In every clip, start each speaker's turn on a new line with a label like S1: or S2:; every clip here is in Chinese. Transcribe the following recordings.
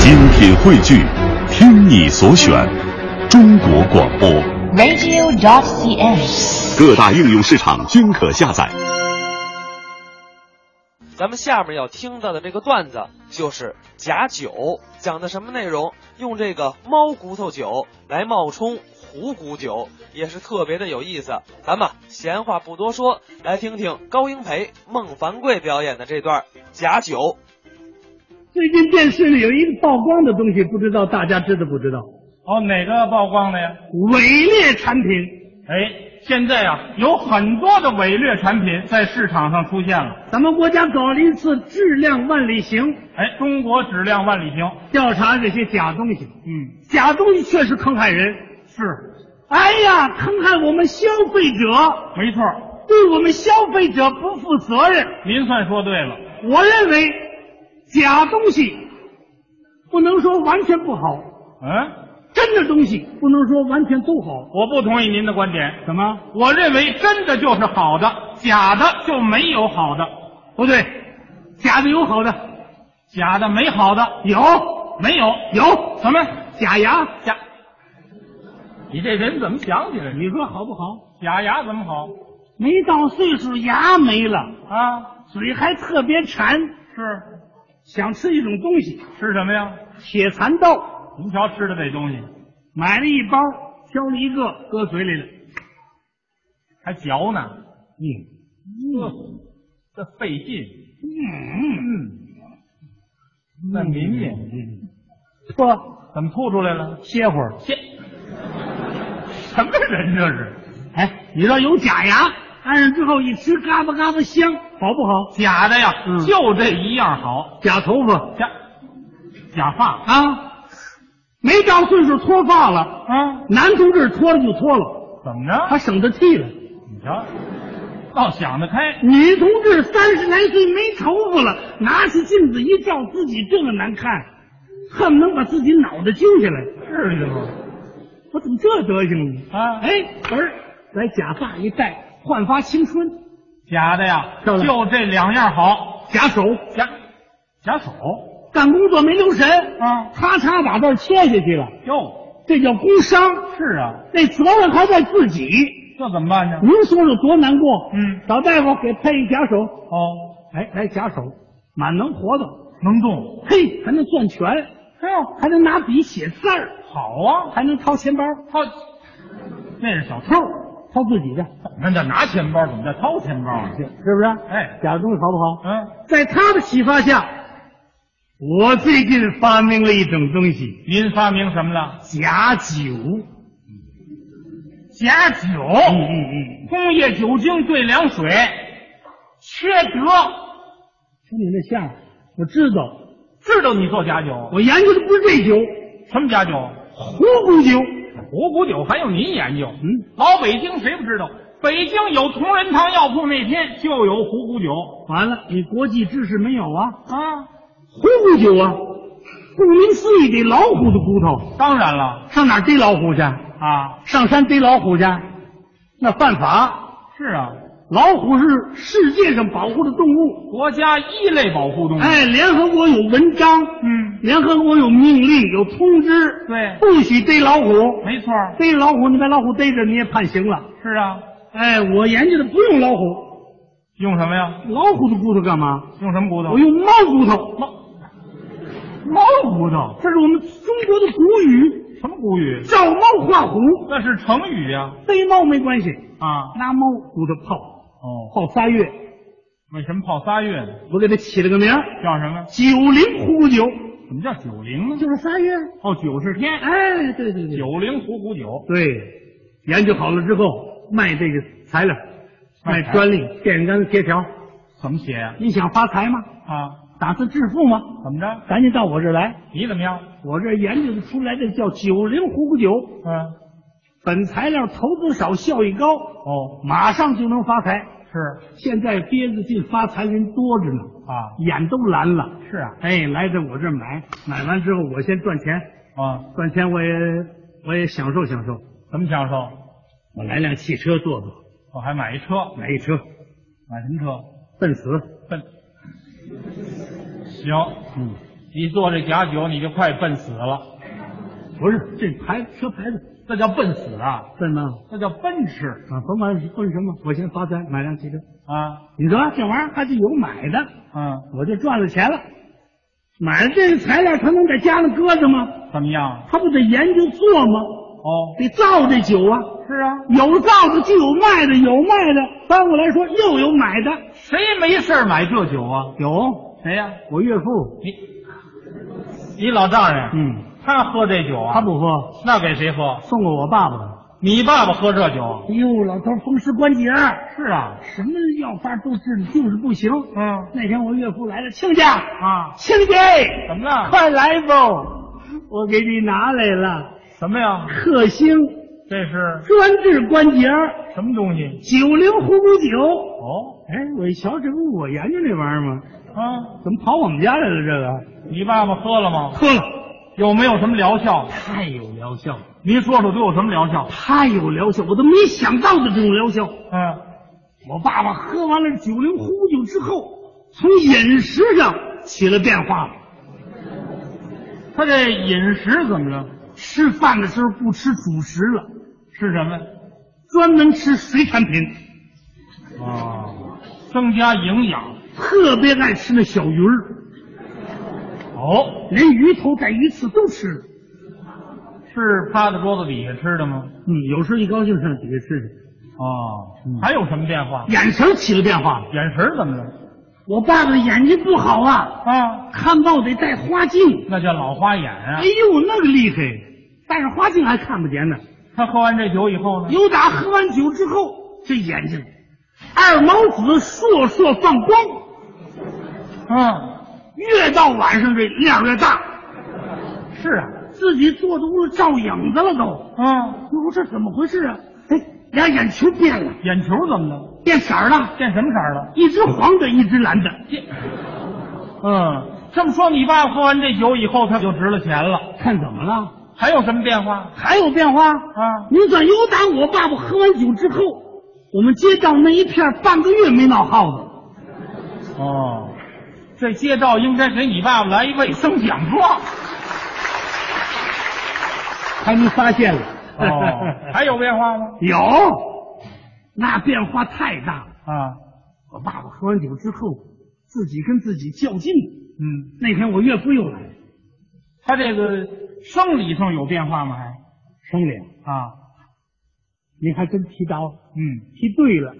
S1: 精品汇聚，听你所选，中国广播。
S2: radio.cn。
S1: 各大应用市场均可下载。
S3: 咱们下面要听到的这个段子就是假酒，讲的什么内容？用这个猫骨头酒来冒充虎骨酒，也是特别的有意思。咱们啊闲话不多说，来听听高英培、孟凡贵表演的这段假酒。
S4: 最近电视里有一个曝光的东西，不知道大家知道不知道？
S5: 哦，哪个曝光了呀？
S4: 伪劣产品，
S5: 哎，现在啊，有很多的伪劣产品在市场上出现了。
S4: 咱们国家搞了一次质量万里行，
S5: 哎，中国质量万里行。
S4: 调查这些假东西。
S5: 嗯，
S4: 假东西确实坑害人，
S5: 是，
S4: 哎呀，坑害我们消费者，
S5: 没错儿，
S4: 对我们消费者不负责任。
S5: 您算说对了。
S4: 我认为，假东西不能说完全不好，
S5: 嗯，
S4: 真的东西不能说完全都好。
S5: 我不同意您的观点。
S4: 怎么？
S5: 我认为真的就是好的，假的就没有好的，
S4: 不对，假的有好的，
S5: 假的没好的，
S4: 有
S5: 没有
S4: 有
S5: 什么
S4: 假牙。
S5: 假？你这人怎么想起来？
S4: 你说好不好？
S5: 假牙怎么好
S4: 没到岁数，牙没了，
S5: 啊？
S4: 嘴还特别馋，
S5: 是
S4: 想吃一种东西，
S5: 吃什么呀？
S4: 铁蚕豆，
S5: 您瞧吃的这东西，
S4: 买了一包，挑了一个，搁嘴里了。
S5: 还嚼呢。
S4: 嗯
S5: 嗯，这费劲。
S4: 嗯，
S5: 嗯，那明明
S4: 说
S5: 怎么吐出来了？
S4: 歇会儿。
S5: 切，什么人这是？
S4: 哎，你知道有假牙，安上之后一吃，嘎巴嘎巴香，好不好？
S5: 假的呀，
S4: 嗯
S5: 就这一样好。
S4: 假头发
S5: 假假发
S4: 啊，没到岁数脱发了，
S5: 啊？
S4: 男同志脱了就脱了，
S5: 怎么
S4: 他
S5: 着？
S4: 省得剃了。
S5: 你瞧，倒想得开。
S4: 女同志三十来岁没头发了，拿起镜子一照自己，这个难看，恨不能把自己脑袋揪下来。
S5: 至于吗？
S4: 我怎么这德行呢？
S5: 啊
S4: 哎，不是，来假发一戴，焕发青春。
S5: 假的呀，
S4: 漂亮
S5: 就这两样好。
S4: 假手
S5: 假假手
S4: 干工作没留神，
S5: 啊？
S4: 咔嚓把这儿切下去了，
S5: 哟，
S4: 这叫工伤。
S5: 是啊，
S4: 这责任还在自己，
S5: 这怎么办呢？
S4: 您说说多难过？
S5: 嗯
S4: 找大夫给配一假手，
S5: 哦，
S4: 哎，来假手，满能活的，
S5: 能动。
S4: 嘿，还能攥拳，
S5: 嘿，
S4: 还能拿笔写字儿。
S5: 好啊。
S4: 还能掏钱包，
S5: 掏，那是小偷。
S4: 掏掏自己的，
S5: 那叫拿钱包，怎么叫掏钱包啊？
S4: 是不是？
S5: 哎，
S4: 假的东西好不好？
S5: 嗯，
S4: 在他的启发下，我最近发明了一种东西
S5: 您发明什么了
S4: ——？假酒。
S5: 假酒，
S4: 嗯嗯，
S5: 工业酒精兑凉水，缺德。
S4: 听你那相声，我知道，
S5: 知道你做假酒？
S4: 我研究的不是这酒，
S5: 什么假酒？
S4: 虎骨酒。
S5: 虎骨酒还用您研究？
S4: 嗯，
S5: 老北京谁不知道？北京有同仁堂药铺那天就有虎骨酒
S4: 完了，你国际知识没有啊？
S5: 啊。
S4: 虎骨酒啊，顾名思义，得老虎的骨头。
S5: 当然了
S4: 上哪儿逮老虎去？
S5: 啊，
S4: 上山逮老虎去，那犯法。
S5: 是啊，
S4: 老虎是世界上保护的动物。
S5: 国家一类保护动物。
S4: 哎，联合国有文章，
S5: 嗯，
S4: 联合国有命令，有通知，
S5: 对，
S4: 不许逮老虎，
S5: 没错儿，
S4: 逮老虎你把老虎逮着你也判刑了。
S5: 是啊。
S4: 哎，我研究的不用老虎，
S5: 用什么呀？
S4: 老虎的骨头干嘛？
S5: 用什么骨头？
S4: 我用猫骨头，
S5: 猫猫骨头，
S4: 这是我们中国的古语，
S5: 什么古语？
S4: 照猫画虎，
S5: 那是成语呀、
S4: 逮猫没关系，
S5: 啊。
S4: 拿猫骨头泡，
S5: 哦，
S4: 泡仨月，
S5: 为什么泡仨月呢？
S4: 我给它起了个名儿
S5: 叫什么？
S4: 九龄虎骨酒，
S5: 怎么叫九龄呢？
S4: 就是仨月。
S5: 哦，九十天，
S4: 哎，对对对，
S5: 九龄虎骨酒。
S4: 对，研究好了之后卖这个材料，卖
S5: 卖材料
S4: 专利、电线杆子、贴条。
S5: 怎么写呀、
S4: 你想发财吗？
S5: 啊？
S4: 打算致富吗？
S5: 怎么着？
S4: 赶紧到我这儿来，
S5: 你怎么样？
S4: 我这儿研究的出来这叫九龄虎骨酒，
S5: 嗯、
S4: 本材料投资少，效益高，
S5: 哦，
S4: 马上就能发财。
S5: 是
S4: 现在憋着劲发财人多着呢，
S5: 啊，
S4: 眼都蓝了。
S5: 是啊，
S4: 哎，来到我这儿买，买完之后我先赚钱，哦
S5: 啊，
S4: 赚钱我也我也享受享受。
S5: 怎么享受？
S4: 我来辆汽车坐坐，
S5: 我还买一车，
S4: 买一车，
S5: 买什么车？
S4: 奔驰。
S5: 奔。行，
S4: 嗯，
S5: 你做这假酒，你就快奔死了。
S4: 不是这牌子车牌子，
S5: 那叫奔死啊，
S4: 怎么
S5: 那叫奔驰
S4: 啊？甭管是奔什么，我先发财买辆汽车。
S5: 啊，
S4: 你得这玩意儿还得有买的，
S5: 嗯，
S4: 我就赚了钱了。买了这个材料，它能在家里搁着吗？
S5: 怎么样？
S4: 它不得研究做吗？
S5: 哦，
S4: 得造这酒啊，
S5: 是啊，
S4: 有造的就有卖的，有卖的翻过来说又有买的。
S5: 谁没事儿买这酒啊？
S4: 有，
S5: 谁呀、
S4: 我岳父，
S5: 你，你老丈人，
S4: 嗯，
S5: 他喝这酒啊？
S4: 他，不喝，
S5: 那给谁喝？
S4: 送给我爸爸的。
S5: 你爸爸喝这酒？
S4: 哎呦，老头儿风湿关节儿，
S5: 是啊，
S4: 什么药方都治，就是不行。
S5: 嗯
S4: 那天我岳父来了，亲家，
S5: 啊，
S4: 亲家，
S5: 怎么了？
S4: 快来吧，我给你拿来了
S5: 什么呀？
S4: 克星
S5: 这是
S4: 专治关节儿
S5: 什么东西？
S4: 九龄虎骨酒。
S5: 哦，
S4: 哎，我一瞧，这不是我研究这玩意儿吗？
S5: 啊，
S4: 怎么跑我们家来了？这个
S5: 你爸爸喝了吗？
S4: 喝了，
S5: 有没有什么疗效？
S4: 太有疗效了，
S5: 您说说都有什么疗效？
S4: 太有疗效，我都没想到的这种疗效。
S5: 嗯，
S4: 我爸爸喝完了九龄虎骨酒之后，从饮食上起了变化了。
S5: 他这饮食怎么着？
S4: 吃饭的时候不吃主食了，
S5: 吃什么？
S4: 专门吃水产品，
S5: 啊，增加营养。
S4: 特别爱吃那小鱼儿，
S5: 哦，
S4: 连鱼头带鱼刺都吃了。
S5: 是趴在桌子底下吃的吗？
S4: 嗯，有时候一高兴上底下吃去，
S5: 哦，还有什么变化？
S4: 眼神起了变化了。
S5: 眼神怎么了？
S4: 我爸爸的眼睛不好啊，
S5: 啊，
S4: 看报得戴花镜。
S5: 那叫老花眼啊
S4: 哎。呦，那个厉害，戴上花镜还看不见呢。
S5: 他喝完这酒以后呢？
S4: 有打喝完酒之后，这眼睛二毛子烁烁放光，
S5: 嗯，
S4: 越到晚上这量越大，
S5: 是啊，
S4: 自己坐的屋照影子了都。
S5: 嗯，
S4: 我说这怎么回事啊？哎，俩眼球变了，
S5: 眼球怎么了？
S4: 变色儿了，
S5: 变什么色儿了？
S4: 一只黄的，一只蓝的。
S5: 嗯，这么说，你爸喝完这酒以后，他就值了钱了。
S4: 看怎么了？
S5: 还有什么变化？
S4: 还有变化？
S5: 啊，
S4: 您算有打我爸爸喝完酒之后，我们街道那一片半个月没闹耗子，
S5: 哦，这街道应该给你爸爸来一卫生讲座。
S4: 还没发 现了。
S5: 哦，还有变化吗？
S4: 有，那变化太大了。
S5: 啊，
S4: 我爸爸喝完酒之后，自己跟自己较劲。
S5: 嗯，
S4: 那天我岳父又来了，
S5: 他这个生理上有变化吗？还
S4: 生理，
S5: 啊，
S4: 您还真提着了，
S5: 嗯，
S4: 提对 了。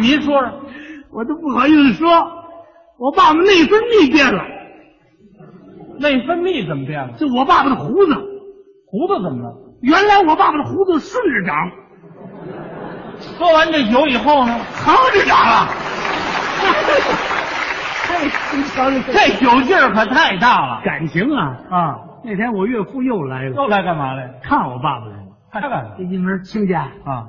S5: 您说说，
S4: 我都不好意思说，我爸爸内分泌变了，
S5: 内分泌怎么变了？
S4: 就我爸爸的胡子，
S5: 胡子怎么了？
S4: 原来我爸爸的胡子顺着长，
S5: 喝完这酒以后呢？
S4: 横着长啊了。太瞧瞧这
S5: 这酒劲儿可太大了
S4: 感情啊！
S5: 啊！
S4: 那天我岳父又来了，
S5: 又来干嘛来了？
S4: 看我爸爸来了。
S5: 看干嘛
S4: 这进门，亲家
S5: 啊？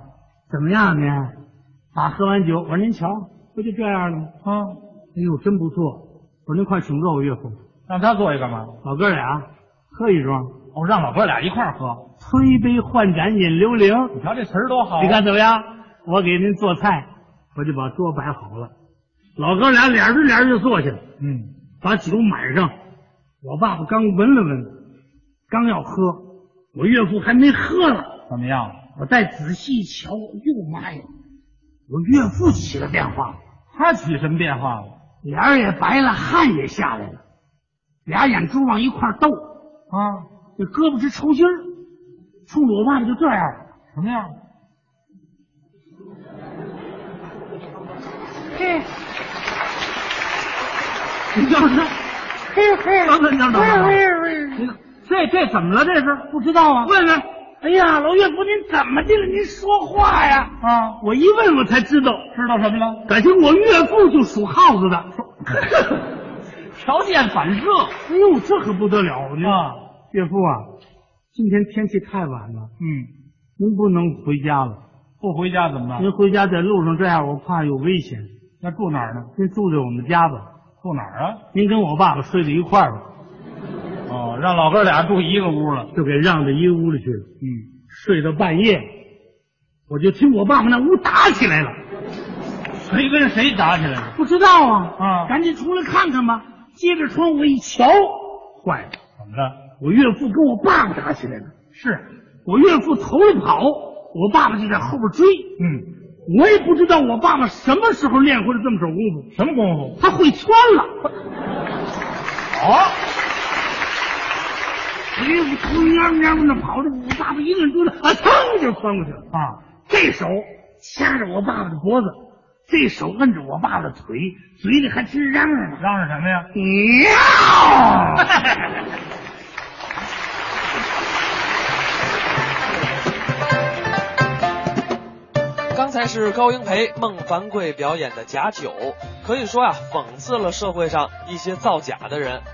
S4: 怎么样您？啊，喝完酒，我说您瞧，不就这样了吗？
S5: 啊，
S4: 哎呦，真不错！我说您快请坐我岳父，
S5: 让他坐下干嘛？
S4: 老哥俩喝一桩，
S5: 哦，让老哥俩一块儿喝。
S4: 推杯换盏饮刘伶。
S5: 你瞧这词儿多好啊、
S4: 你看怎么样？我给您做菜，我就把桌摆好了。老哥俩脸对脸就坐下了，
S5: 嗯，
S4: 把酒满上。我爸爸刚闻了闻，刚要喝，我岳父还没喝了。
S5: 怎么样？
S4: 我再仔细一瞧，哟妈呀！我岳父起了变化，
S5: 他起什么变化了？
S4: 脸儿也白了，汗也下来了，俩眼珠往一块儿斗，
S5: 啊，
S4: 这胳膊直抽筋儿。冲着我爸爸就这样了，
S5: 什么样？
S4: 嘿，你就是，嘿嘿，等等等等，你看
S5: 这这怎么了？这是
S4: 不知道啊？问问。哎呀，老岳父，您怎么的了？您说话呀！
S5: 啊，
S4: 我一问我才知道，
S5: 知道什么了？
S4: 感情我岳父就属耗子的。
S5: 条件反射
S4: 哎呦，这可不得了！您、
S5: 啊。
S4: 岳父啊，今天天气太晚了，
S5: 嗯，
S4: 您不能回家了。
S5: 不回家怎么办？
S4: 您回家在路上这样，我怕有危险。
S5: 那住哪儿呢？
S4: 您住在我们家吧，
S5: 住哪儿啊？
S4: 您跟我爸爸睡在一块儿吧，
S5: 哦，让老哥俩住一个屋了。
S4: 就给让到一屋里去了。
S5: 嗯，
S4: 睡到半夜，我就听我爸爸那屋打起来了。
S5: 谁跟谁打起来了？
S4: 不知道啊，
S5: 啊
S4: 赶紧出来看看吧。接着窗户一瞧，坏了。
S5: 怎么着？
S4: 我岳父跟我爸爸打起来了，
S5: 是，
S4: 我岳父头一跑，我爸爸就在后边追。
S5: 嗯，
S4: 我也不知道我爸爸什么时候练会了这么手功夫，
S5: 什么功夫？
S4: 他会圈了。
S5: 好，
S4: 哎呦，我头蔫蔫的跑着，我爸爸一个人追了，啊，噌就窜过去了。
S5: 啊，
S4: 这手掐着我爸爸的脖子，这手摁着我爸爸的腿，嘴里还直嚷嚷 呢。
S5: 嚷嚷什么呀？
S4: 喵！
S3: 刚才是高英培、孟凡贵表演的假酒，可以说啊，讽刺了社会上一些造假的人。